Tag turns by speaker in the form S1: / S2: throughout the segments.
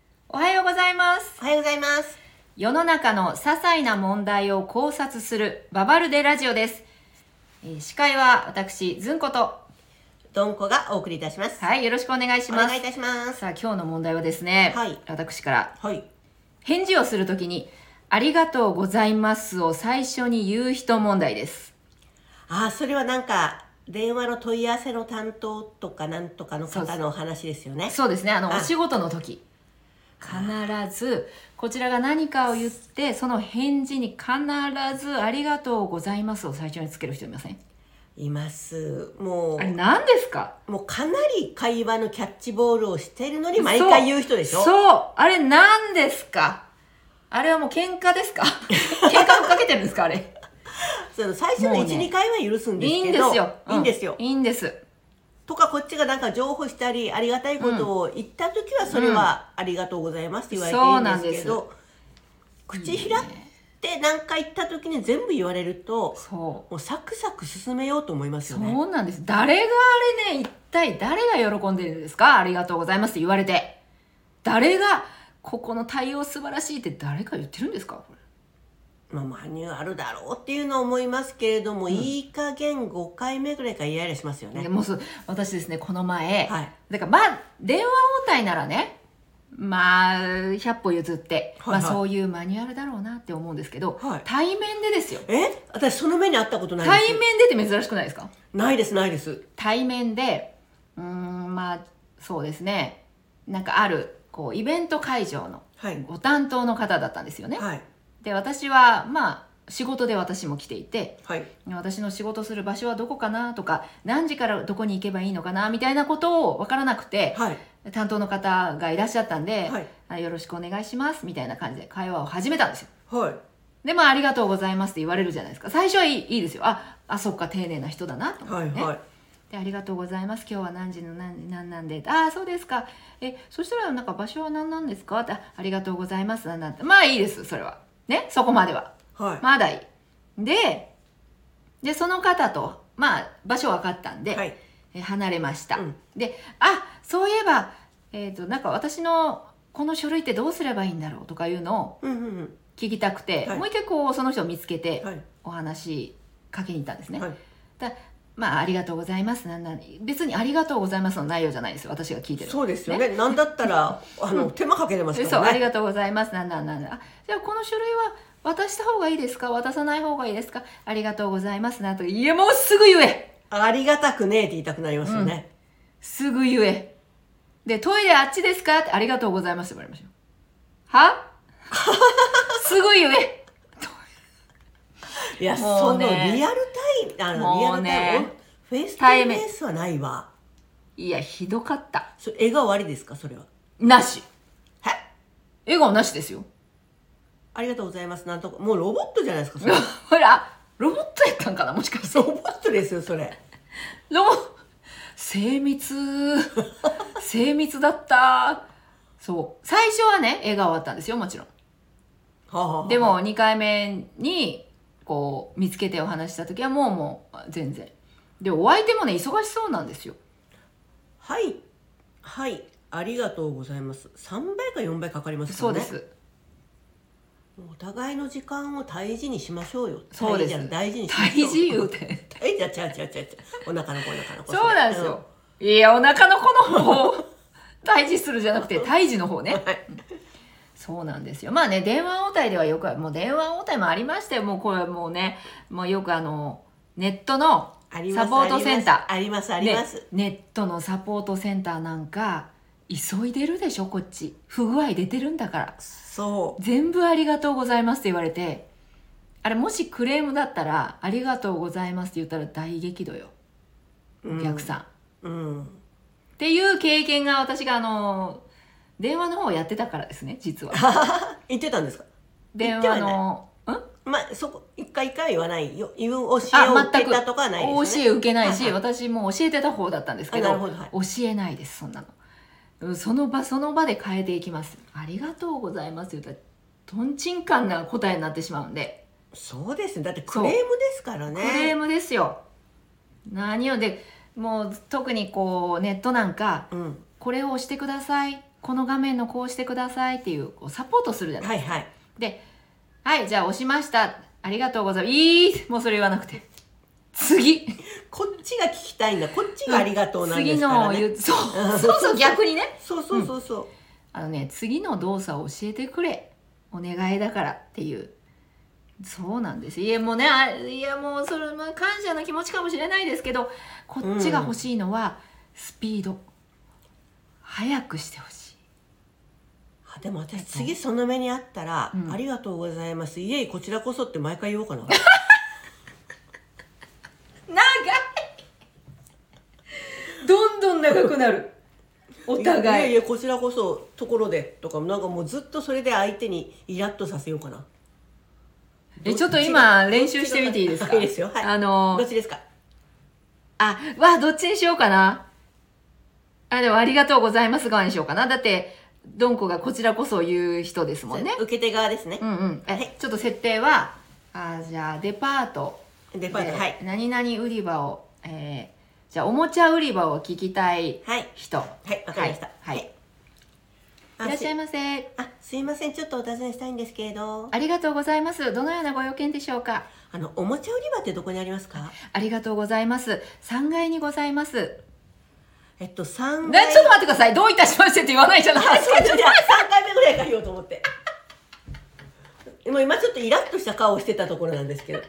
S1: ざいます
S2: おはようございます。
S1: 世の中の些細な問題を考察するババルデラジオです、えー司会は私ずんこと
S2: どんこがお送りいたします。
S1: はいよろしくお願いし
S2: お
S1: ます
S2: 願いいたします。
S1: さあ今日の問題はですね、
S2: はい
S1: 私から
S2: はい。
S1: 返事をするときに「ありがとうございます」を最初に言う人問題です
S2: ああ、それはなんか、電話の問い合わせの担当とかなんとかの
S1: そうそう
S2: 方のお話ですよね。
S1: そうですねあの
S2: あ
S1: お仕事の時必ずこちらが何かを言ってその返事に必ず「ありがとうございます」を最初につける人いません
S2: います。も
S1: あれ何ですか
S2: う、もうかなり会話のキャッチボールをしているのに毎回言う人でし
S1: そ
S2: ょ
S1: うそうあれ何ですかあれはもう喧嘩 ですか喧嘩をかけてるんですかあれ
S2: その最初の
S1: もう
S2: 1、
S1: ね
S2: 2回は許すん
S1: い
S2: です
S1: いん
S2: け
S1: で
S2: ど、
S1: すよ、う
S2: いいんですよ
S1: い。いんです
S2: とか、こっちがなんか譲歩したり、ありがたいことを言った時は、それはありがとうございますって言われていいんですけど、口開いて何か言った時に全部言われると、
S1: そう
S2: もうサクサク進めようと思いますよね
S1: そうなんです。誰があれね、一体誰が喜んでるんですかありがとうございますって言われて。誰が、ここの対応素晴らしいって誰か言ってるんですかこれ。
S2: まあマニュアルだろうっていうのは思いますけれども、いい加減5回目ぐらいからイライラしますよ
S1: で
S2: ね
S1: もうそう私ですねこの前、
S2: はい
S1: だからまあ電話応対ならねまあ100歩譲って、
S2: はいはい
S1: まあ、そういうマニュアルだろうなって思うんですけど、
S2: はい
S1: 対面でですよ
S2: え私その目にあったことないです
S1: 対面でって珍しくないですか
S2: ないですないです
S1: 対面でうーんまあそうですねなんかあるこうイベント会場の
S2: はい
S1: ご担当の方だったんですよね、
S2: はい
S1: で私はまあ仕事で私も来ていて
S2: はい
S1: 私の仕事する場所はどこかなとか何時からどこに行けばいいのかなみたいなことを分からなくて、
S2: はい
S1: 担当の方がいらっしゃったんで、
S2: はい
S1: あよろしくお願いしますみたいな感じで会話を始めたんですよ
S2: はい
S1: でまあありがとうございますって言われるじゃないですか最初はいいいいですよああそっか丁寧な人だなと思っ
S2: は
S1: て、
S2: い
S1: ね
S2: はい
S1: でありがとうございます今日は何時の何何なんでああそうですかえそしたらなんか場所は何なんですかってあありがとうございますなんなんてまあいいですそれはねそこまでは
S2: はい
S1: まだいいででその方とまあ場所分かったんで、
S2: はい
S1: え離れました、
S2: うん
S1: であそういえば、えー、となんか私のこの書類ってどうすればいいんだろうとかいうのを
S2: うんうん
S1: 聞きたくて、
S2: はい
S1: もう一回こうその人を見つけて
S2: うんはい
S1: お話かけに行ったんですね、
S2: はい
S1: だまあ、ありがとうございますなんなん別に「ありがとうございます」の内容じゃないですよ私が聞いてる
S2: そうですよねなんだった らあの手間かけてます
S1: そ
S2: か
S1: うあ
S2: ら
S1: り
S2: ね
S1: がとうございますなんなんなんなんあじゃあこの書類は渡した方がいいですか渡さない方がいいですかありがとうございますなんといやもうすぐ言え
S2: ありがたくねえって言いたくなりますよね
S1: すぐ言えでトイレあっちですかってありがとうございますって言われましたよはすぐ言え
S2: いや
S1: も
S2: そうの
S1: ね
S2: リアルタイムあのリ
S1: もう
S2: アル
S1: ね
S2: タイムフェイスタ
S1: 対
S2: イム
S1: 面
S2: ベースはないわ
S1: いやひどかった
S2: それ絵が悪いですかそれは
S1: なし
S2: はい
S1: 笑顔なしですよ
S2: ありがとうございますなんとかもうロボットじゃないです かそれ
S1: ほらロボットやったんかなもしかして
S2: ロボットですよそれ
S1: ロボ精密精密だったそう最初はね笑顔あったんですよもちろん
S2: はあはあはあ
S1: でも2回目にこう見つけてお話しした時はもうもう全然でお相手もね忙しそうなんですよ
S2: はいはいありがとうございます3倍か4倍かかりますか
S1: そう
S2: らね
S1: です
S2: お互いの時間を大事にしましょうよ
S1: そうです
S2: 大事にしま
S1: 大
S2: しょう
S1: 事言う て
S2: 大事だちゃうちゃうちゃうちゃうお腹の子お腹の子
S1: そうなんですよ いやお腹の子の方を 退治するじゃなくて退治の方ね
S2: はい
S1: そうなんですよ。まあね、電話応対ではよくある、もう電話応対もありましたよ。もうこれはもうね、もうよくあの、ネットの
S2: ありま
S1: サ
S2: す
S1: ポートセンター。
S2: ありますありますあります、
S1: ねネットのサポートセンターなんか、急いでるでしょ、こっち。不具合出てるんだから。
S2: そう
S1: 全部ありがとうございますって言われて、あれもしクレームだったら、ありがとうございますって言ったら大激怒よ。お客さん。っ
S2: うん
S1: ていう経験が私があの、電話の方をやってたからですね、実は。
S2: 言ってたんですか
S1: 電
S2: 言っては
S1: 話
S2: ない
S1: の、ん
S2: まあそこ一回一回は言わないよ言う教えを受けたとかはない
S1: 教
S2: ですね
S1: え受けないし、
S2: はいは
S1: 私もう教えてた方だったんですけ
S2: あ
S1: ど
S2: なるほどはい
S1: 教えないですそんなのその場その場で変えていきますありがとうございますって言ったらとんちんかんな答えになってしまうんで、
S2: そうですねだってクレームですからね
S1: クレームですよ何をでもう特にこうネットなんか
S2: うん
S1: これを押してくださいこの画面のこうしてくださいっていうこうサポートするじゃない
S2: はいはい
S1: で、はい、じゃあ押しました。ありがとうございます。いいもうそれ言わなくて。次
S2: こっちが聞きたいんだこっちがありがとうなんで
S1: 次
S2: すから
S1: の
S2: ね、
S1: 言 う、そう、そうそう、逆にね。
S2: そうそうそうそう、
S1: あのね、次の動作を教えてくれ。お願いだからっていう。そうなんです。いや、もうね、あいや、もう、それ、まあ、感謝の気持ちかもしれないですけど、こっちが欲しいのは、スピード。早くしてほしい。
S2: あでも私次その目にあったら
S1: う
S2: 「
S1: ん
S2: ありがとうございますいえいえこちらこそ」って毎回言おうかな
S1: 長いどんどん長くなる。 お
S2: いや
S1: 互い
S2: い。やこちらこそところでとかなんかもうずっとそれで相手にイラッとさせようかな
S1: えちょっと今練習してみていいですか
S2: いいですよはい
S1: あの
S2: どっちですか
S1: あわどっちにしようかなあでもありがとうございます側にしようかなだってドンコがこちらこそ言う人ですもんね
S2: 受け手側ですね
S1: う、んうんえ、
S2: はい
S1: ちょっと設定はあじゃあデパート
S2: デパート
S1: で
S2: はい
S1: 何々売り場を、えーじゃあおもちゃ売り場を聞きたい
S2: はい
S1: 人は
S2: はいわかりました
S1: はい、い、
S2: あ
S1: らっしゃい
S2: す
S1: ませ
S2: あすいませんちょっとお尋ねしたいんですけれど
S1: ありがとうございますどのようなご用件でしょうか
S2: あのおもちゃ売り場ってどこにありますか
S1: ありがとうございます3階にございます
S2: えっと3
S1: ね
S2: 階
S1: ちょっと待ってください。どういたしましてって言わないじゃない
S2: あ
S1: です
S2: そう
S1: か。
S2: じゃあ3回目ぐらいから言おうと思ってもう今ちょっとイラッとした顔をしてたところなんですけど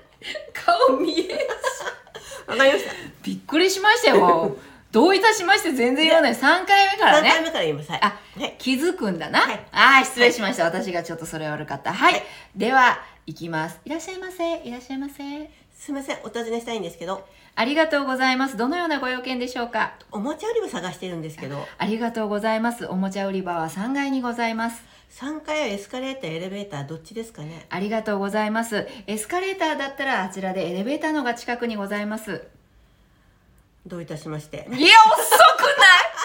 S1: 顔見えんし。
S2: わかりました
S1: びっくりしました よ。どういたしまして全然言わない。3回目から
S2: 3回
S1: ね。
S2: 目から言いますはい
S1: あ
S2: はい、
S1: 気づくんだな。
S2: はい
S1: ああ、失礼しました。私がちょっとそれ悪かった。はい。
S2: はい
S1: では、行きます。いらっしゃいませ。いらっしゃいませ。
S2: すいませんお尋ねしたいんですけど
S1: ありがとうございます。どのようなご用件でしょうか
S2: おもちゃ売り場探してるんですけど
S1: ありがとうございます。おもちゃ売り場は3階にございます。
S2: 3階はエスカレーターエレベーターどっちですかね
S1: ありがとうございます。エスカレーターだったらあちらでエレベーターのが近くにございます。
S2: どういたしま して
S1: いや、遅くない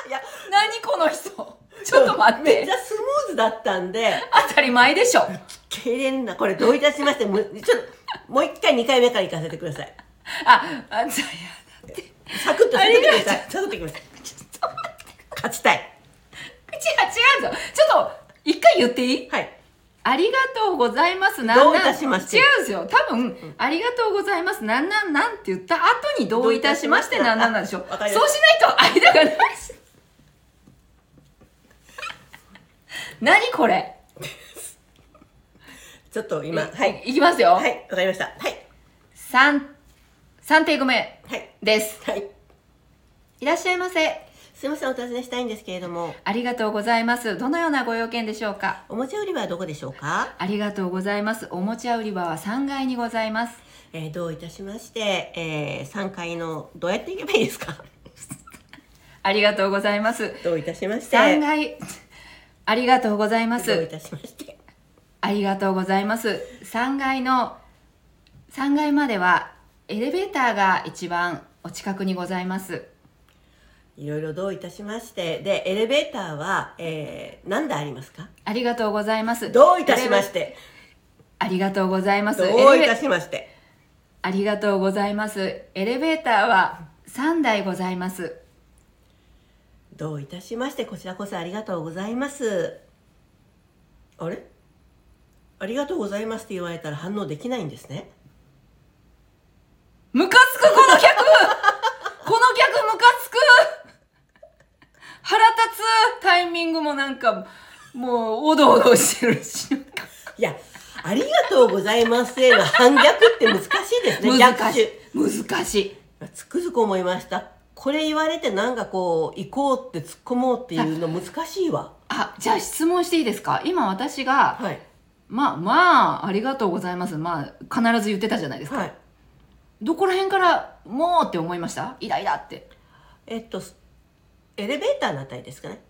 S2: いや
S1: 何この人 ちょっと待っ
S2: めってちゃスムーズだったんで
S1: 当たり前でしょ
S2: けれんなこれどういたしましてもうちょっともう1回2回目から行かせてください
S1: ああじゃあやだって
S2: サクッと
S1: あ
S2: させ
S1: り
S2: て
S1: が
S2: く
S1: とう
S2: ださいサクッといきます
S1: ちょっと待って
S2: 勝ちたい
S1: 口が違うぞちょっと一回言っていい
S2: はい
S1: ありがとうございますなんなん
S2: どういたしまして
S1: 違うんですよ多分、ありがとうございますなんなんなんって言った後にどういたしまして
S2: どうい
S1: な
S2: た
S1: んな
S2: しまして
S1: んなんでしょうそ
S2: あわ
S1: う
S2: か
S1: し
S2: り
S1: ないと間
S2: ま
S1: がないし 何これ
S2: ちょっと今はい
S1: いきますよ、
S2: はい、わかりました。はい。
S1: 三三テイク目
S2: はい。
S1: です
S2: はい。
S1: いらっしゃいませ
S2: すいません、お尋ねしたいんですけれども、
S1: ありがとうございます。どのようなご用件でしょうか
S2: おもちゃ売り場はどこでしょうか、
S1: ありがとうございます。おもちゃ売り場は3階にございます。
S2: えー、どういたしまして、えー、3階の、どうやって行けばいいですか
S1: ありがとうございます。
S2: どういたしまして、
S1: 3階、 ありがとうございま
S2: どうい
S1: す。
S2: たしまして、
S1: ありがとうございます。3階の、3階まではエレベーターが一番お近くにございます。
S2: いろいろどういたしまして、で、エレベーターは、えー、何台ありますか
S1: ありがとうございます。。
S2: どういたしましてて、
S1: ありがとうございます。
S2: どういた
S1: エレベ
S2: しまして、
S1: ありがとうございます。エレベーターは3台ございます。
S2: どういたしまして、こちらこそありがとうございます。あれありがとうございますって言われたら反応できないんですね。
S1: ムカつくこの客この客ムカつく腹立つタイミングもなんかもうおどおどしてるし
S2: いや、ありがとうございますへの反逆って難しいですね。
S1: 難
S2: 逆
S1: しい
S2: 手。
S1: 難しい
S2: つくづく思いました。これ言われてなんかこう、行こうって突っ込もうっていうの難しいわ。
S1: あじゃあ質問していいですか今私が、
S2: はい。
S1: まあまあありがとうございますまあ必ず言ってたじゃないですか、
S2: はい。
S1: どこら辺からもうって思いましたイライラって
S2: えっと、エレベーターのあたりですかね。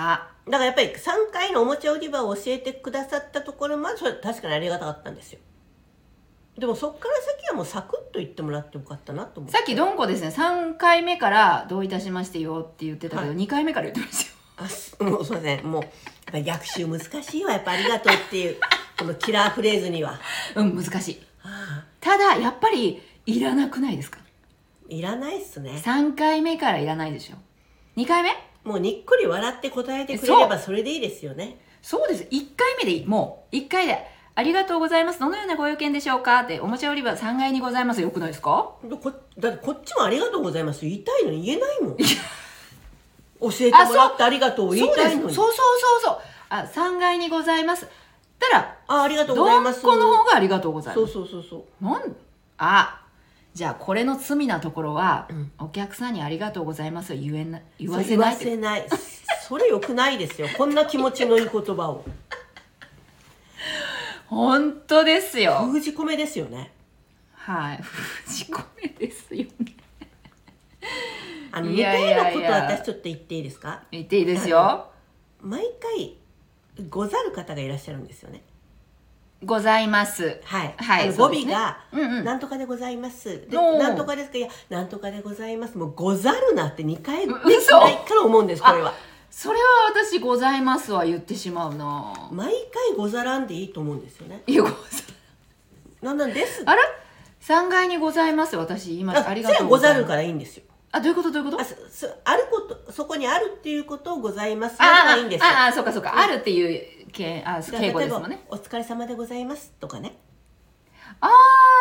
S1: あ
S2: だからやっぱり3階のおもちゃ売り場を教えてくださったところまで、それ確かにありがたかったんですよ。でもそっから先はもうサクッと言ってもらってよかったなと思って。
S1: さっきどんこですね3回目から「どういたしましてよ」って言ってたけど、
S2: は
S1: 2回目から言ってましたよ
S2: あすもうすいません。もう、やっぱり逆襲難しいわ。やっぱありがとうっていう、このキラーフレーズには。
S1: うん難しい
S2: ああ
S1: ただやっぱりいらなくないですか
S2: いらないっすね
S1: 3回目からいらないでしょ2回目
S2: もうにっこり笑って答えてくれればそれでいいですよね
S1: そうです1回目でいいもう1回で「ありがとうございますどのようなご用件でしょうか?」って「おもちゃ売り場3階にございます」よくないですか
S2: こだってこっちも「ありがとうございます」言いたいのに言えないもん教えて
S1: あ
S2: もら
S1: そう
S2: ってありがとうを言い
S1: そうで
S2: た
S1: す
S2: いの
S1: そう
S2: に
S1: そうそうそうあ3階にございますたら
S2: あありがとう
S1: ど
S2: ございます
S1: んこの方がありがとうござい
S2: そ
S1: ま
S2: う
S1: す
S2: そうそうそ
S1: なんあじゃあこれの罪なところは、
S2: うん
S1: お客さんに「ありがとうございます」を言えな
S2: う
S1: 言わせないって
S2: そう言わせないそれよくないですよこんな気持ちのいい言葉を
S1: 本当ですよ
S2: 封じ込めですよね
S1: はい 封じ込めですよね
S2: あの
S1: い
S2: 似た
S1: やい
S2: よう
S1: や
S2: な
S1: いや
S2: こと私ちょっと言っていいですか
S1: 言っていいですよ
S2: 毎回ござる方がいらっしゃるんですよね
S1: ございます
S2: はい、
S1: はい
S2: あの語
S1: そうです
S2: 尾
S1: ね
S2: が
S1: うんうん
S2: なんとかでございます。で、
S1: おー
S2: なんとかですか、いや、なんとかでございます。もうござるなって2回で
S1: う
S2: きないから思うんです、これは。
S1: それは私「ございます」は言ってしまうな
S2: 毎回ござらんでいいと思うんですよね。
S1: いやござ
S2: なんなんです。
S1: あら3階にございます私言いましたありが
S2: そ
S1: と
S2: れ
S1: う
S2: はご
S1: ご
S2: ざ
S1: ざい
S2: る
S1: ます
S2: からいいんですよ。
S1: あどういうことどういうこと
S2: あ、そ、そあること、そこにあるっていうことをございますが
S1: あ
S2: いいんですよ。
S1: ああそうかそうかあるっていうけあ
S2: だから
S1: 敬語
S2: 例
S1: です
S2: えば
S1: もんね
S2: お疲れ様でございますとかね。
S1: ああ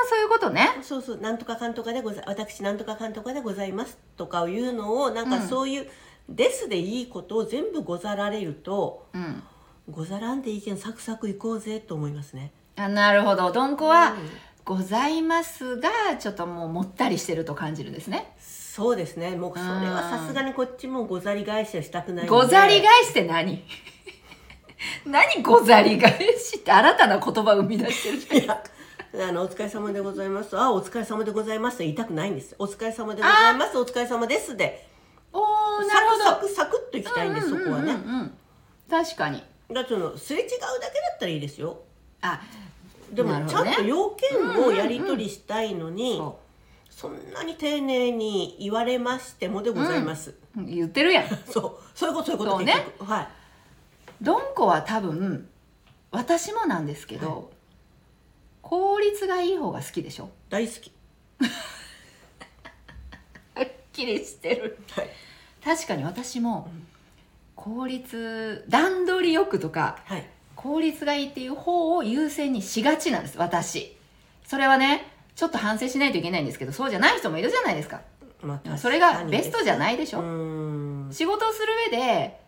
S1: そういうことね
S2: そうそう、なんとかかんとかでござ、私なんとかかんとかでございますとかいうのを、なんか
S1: うん
S2: そういう、ですでいいことを全部ござられると、
S1: うん
S2: ござらんで意見サクサクいこうぜと思いますね。
S1: あなるほどどんこは
S2: うん
S1: 「ございます」がちょっともうもったりしてると感じるんですね
S2: そうですね。もうそれは
S1: うん
S2: さすがにこっちもござり返しはしたくないんで
S1: ござり返しって何 何ござり返しって新たな言葉を生み出してるじゃん
S2: いやあのお疲れ様でございます。あお疲れ様でございますと言いたくないんです。お疲れ様でございます。お疲れ様ですで
S1: お
S2: サ
S1: ーなるほど
S2: クサクサクっといきたいんです。そこはね。
S1: うんうんうん確かに
S2: だってそのすれ違うだけだったらいいですよ。
S1: あ
S2: でも、
S1: なる
S2: ち
S1: ほ
S2: ゃ
S1: ど
S2: ん
S1: ね
S2: と要件をやり取りしたいのに、
S1: そ
S2: そんなに丁寧に言われましてもでございます。
S1: う言ってるやん
S2: そうそういうことそういうこと
S1: そうね
S2: 結局はい。
S1: どんこは多分私もなんですけど、効率がいい方が好きでしょ
S2: 大好き。
S1: はっきりしてる
S2: はい。
S1: 確かに私も効率段取りよくとか
S2: はい。
S1: 効率がいいっていう方を優先にしがちなんです私それはねちょっと反省しないといけないんですけどそうじゃない人もいるじゃないですか
S2: まあ
S1: それがベストじゃないいでしょ、
S2: うーん。
S1: 仕事をする上で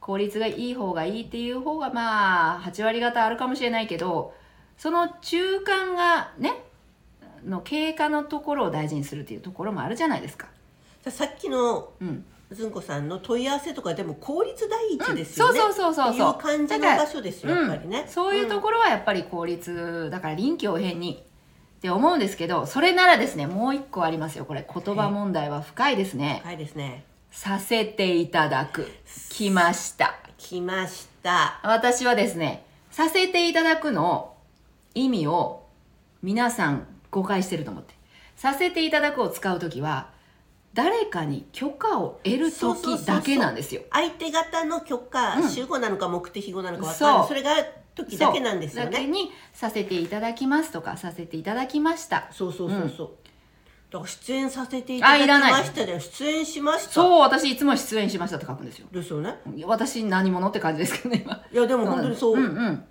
S1: 効率がいい方がいいっていう方がまあ8割方あるかもしれないけどその中間がねの経過のところを大事にするっていうところもあるじゃないですか。
S2: ささっきの
S1: うん、
S2: ずんこさんの問い合わせとかでも効率第一です
S1: そ
S2: よ
S1: う
S2: ね。
S1: そうそうそうそう
S2: っていう感じ
S1: だか
S2: の
S1: ら
S2: 場所ですよ
S1: う
S2: やっぱりね。
S1: ん、そういうところはやっぱり効率だから臨機応変にって思うんですけどそれならですねもう一個ありますよこれ言葉問題は深いですね
S2: うん。はいですね。
S1: させていただく来ました
S2: 来ました。
S1: 私はですね「させていただく」の意味を皆さん誤解してると思って「させていただく」を使う時は誰かに許可を得る
S2: そうそうそうそ
S1: 時
S2: う
S1: だけなんですよ。
S2: 相手方の許可、
S1: うん
S2: 主語なのか目的語なのかわかんない。
S1: そう
S2: それが時だけなんですよ
S1: そうだけ
S2: ね。
S1: に「させていただきます」とか「させていただきました
S2: そうそうそうそう。だから出演させていただき
S1: あいらない
S2: ましたで出演しまし」た。
S1: そう私いつも出演しましたって書くんですよ。
S2: ですよね。
S1: いや私何者って感じですけどね今。
S2: いやでも本当にそう。
S1: うんうん、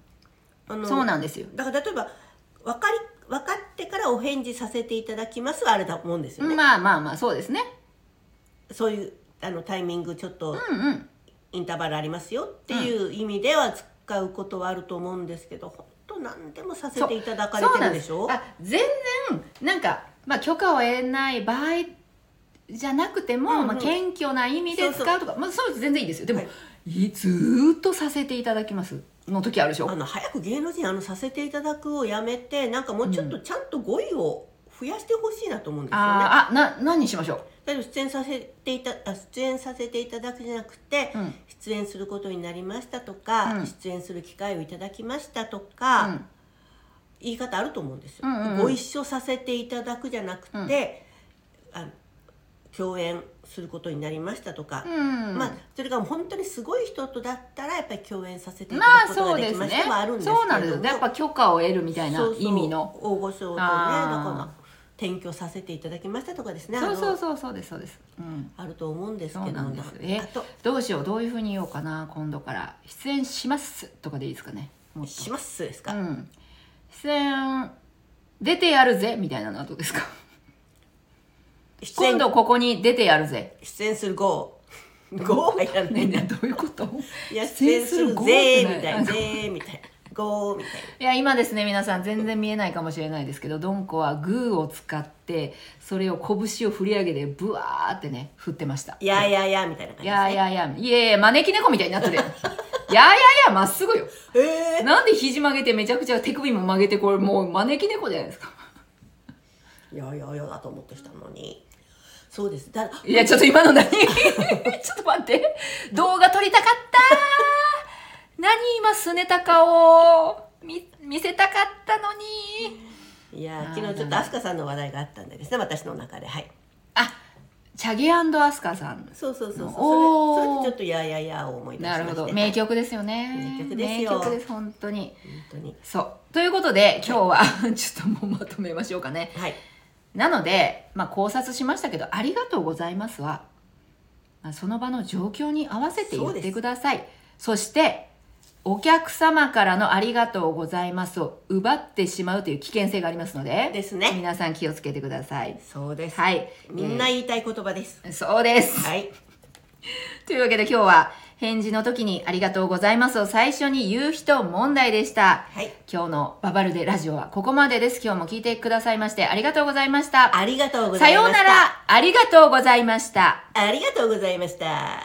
S2: あの
S1: そうなんですよ。
S2: だから例えば分かり分かってからお返事させていただきますはあれだもんですよね、
S1: まあまあまあそうですね。
S2: そういうあのタイミングちょっと
S1: うんうん。
S2: インターバルありますよっていう意味では使うことはあると思うんですけど本当何でもさせていただかれ
S1: そう
S2: て
S1: な
S2: る
S1: ん
S2: でしょ
S1: すあ全然なんか、まあ、許可を得ない場合じゃなくても、
S2: うんうん
S1: まあ、謙虚な意味で使うとかまあ、そう全然いいですよでも、
S2: はい
S1: いずーっとさせていただきますの時あるでしょ
S2: あの早く芸能人あのさせていただくをやめてなんかもうちょっとちゃんと語彙を増やしてほしいなと思うんですよね、
S1: あーあな何にしましょ
S2: だけど出演させていたあ出演させていただくじゃなくて、
S1: うん
S2: 出演することになりましたとか、
S1: うん
S2: 出演する機会をいただきましたと
S1: う、
S2: か、
S1: うん、
S2: 言い方あると思うんです
S1: う
S2: よ、
S1: んうんうん
S2: ご一緒させていただくじゃなくて、あの共演することになりましたとか、
S1: うん
S2: まあ、それが本当にすごい人とだったらやっぱり共演させていた
S1: ま
S2: だ
S1: あ
S2: くこと
S1: そ
S2: が
S1: う
S2: で
S1: で
S2: き
S1: す
S2: ま
S1: ね
S2: したはあるんですけれども
S1: そうなんですよやっぱ許可を得るみたいな
S2: そうそう
S1: 意味の
S2: 大御所とねだ
S1: あー
S2: から転居させていただきましたとかですね
S1: そうそう
S2: あ
S1: そうそうですそうです、うん、
S2: のあると思うんですけど
S1: そうなんですえ
S2: あと
S1: どうしようどういうふうに言おうかな今度から出演しますとかでいいですかねもっ
S2: 「
S1: と
S2: します」です
S1: う
S2: か、
S1: ん出演出てやるぜみたいなのはどうですか
S2: 出演
S1: 今度ここに出てやるぜ
S2: 出演す る号号入らない
S1: ね
S2: ね
S1: ねどういうこと
S2: いや出演するぜみたいな
S1: 出演する
S2: ぜ
S1: 号
S2: みたいな号みたいない
S1: や今ですね皆さん全然見えないかもしれないですけどドンコはグーを使ってそれを拳を振り上げてブワーってね振ってました
S2: いやいやいやみたいな感
S1: い
S2: じ
S1: やいやいやいやいや招き猫みたいになってる やんいやいやいやまっすぐよ
S2: ですねえー
S1: なんで肘曲げてめちゃくちゃ手首も曲げてこれもう招き猫じゃないですか
S2: いやいやいやだと思ってしたのにそうですだ
S1: いや、ちょっと今の何 ちょっと待って。動画撮りたかった何今すねた顔を見見せたかったのに。
S2: いや
S1: あー
S2: 昨日ちょっと
S1: な
S2: 飛
S1: る
S2: 鳥さんの話題があったんでですね私の中ではい
S1: あ、チャゲアスカさん。
S2: そうそうそうそう
S1: おー
S2: それそれでちょっと「いやいやいや」を思い出しま
S1: な
S2: して
S1: るほど。
S2: はい
S1: 名曲ですよね。
S2: 名曲ですよ
S1: 名曲です、本当に。
S2: 本当に
S1: そう。ということで、今日は、 ちょっともうまとめましょうかね。
S2: はい
S1: なので、まあ、考察しましたけど「ありがとうございますは」まあその場の状況に合わせて言
S2: そう
S1: っ
S2: です
S1: てくださいそしてお客様からの「ありがとうございます」を奪ってしまうという危険性がありますので
S2: ですね
S1: 皆さん気をつけてください
S2: そうです、
S1: はい
S2: みんな言いたい言葉です、
S1: えーそうです、
S2: はい
S1: というわけで今日は返事の時に「ありがとうございます」を最初に言う人問題でした
S2: はい
S1: 今日の「ババルデラジオ」はここまでです今日も聞いてくださいましてありがとうございました
S2: ありがとうご
S1: さ
S2: ざいま
S1: よう
S2: した
S1: ならありがとうございました
S2: ありがとうございました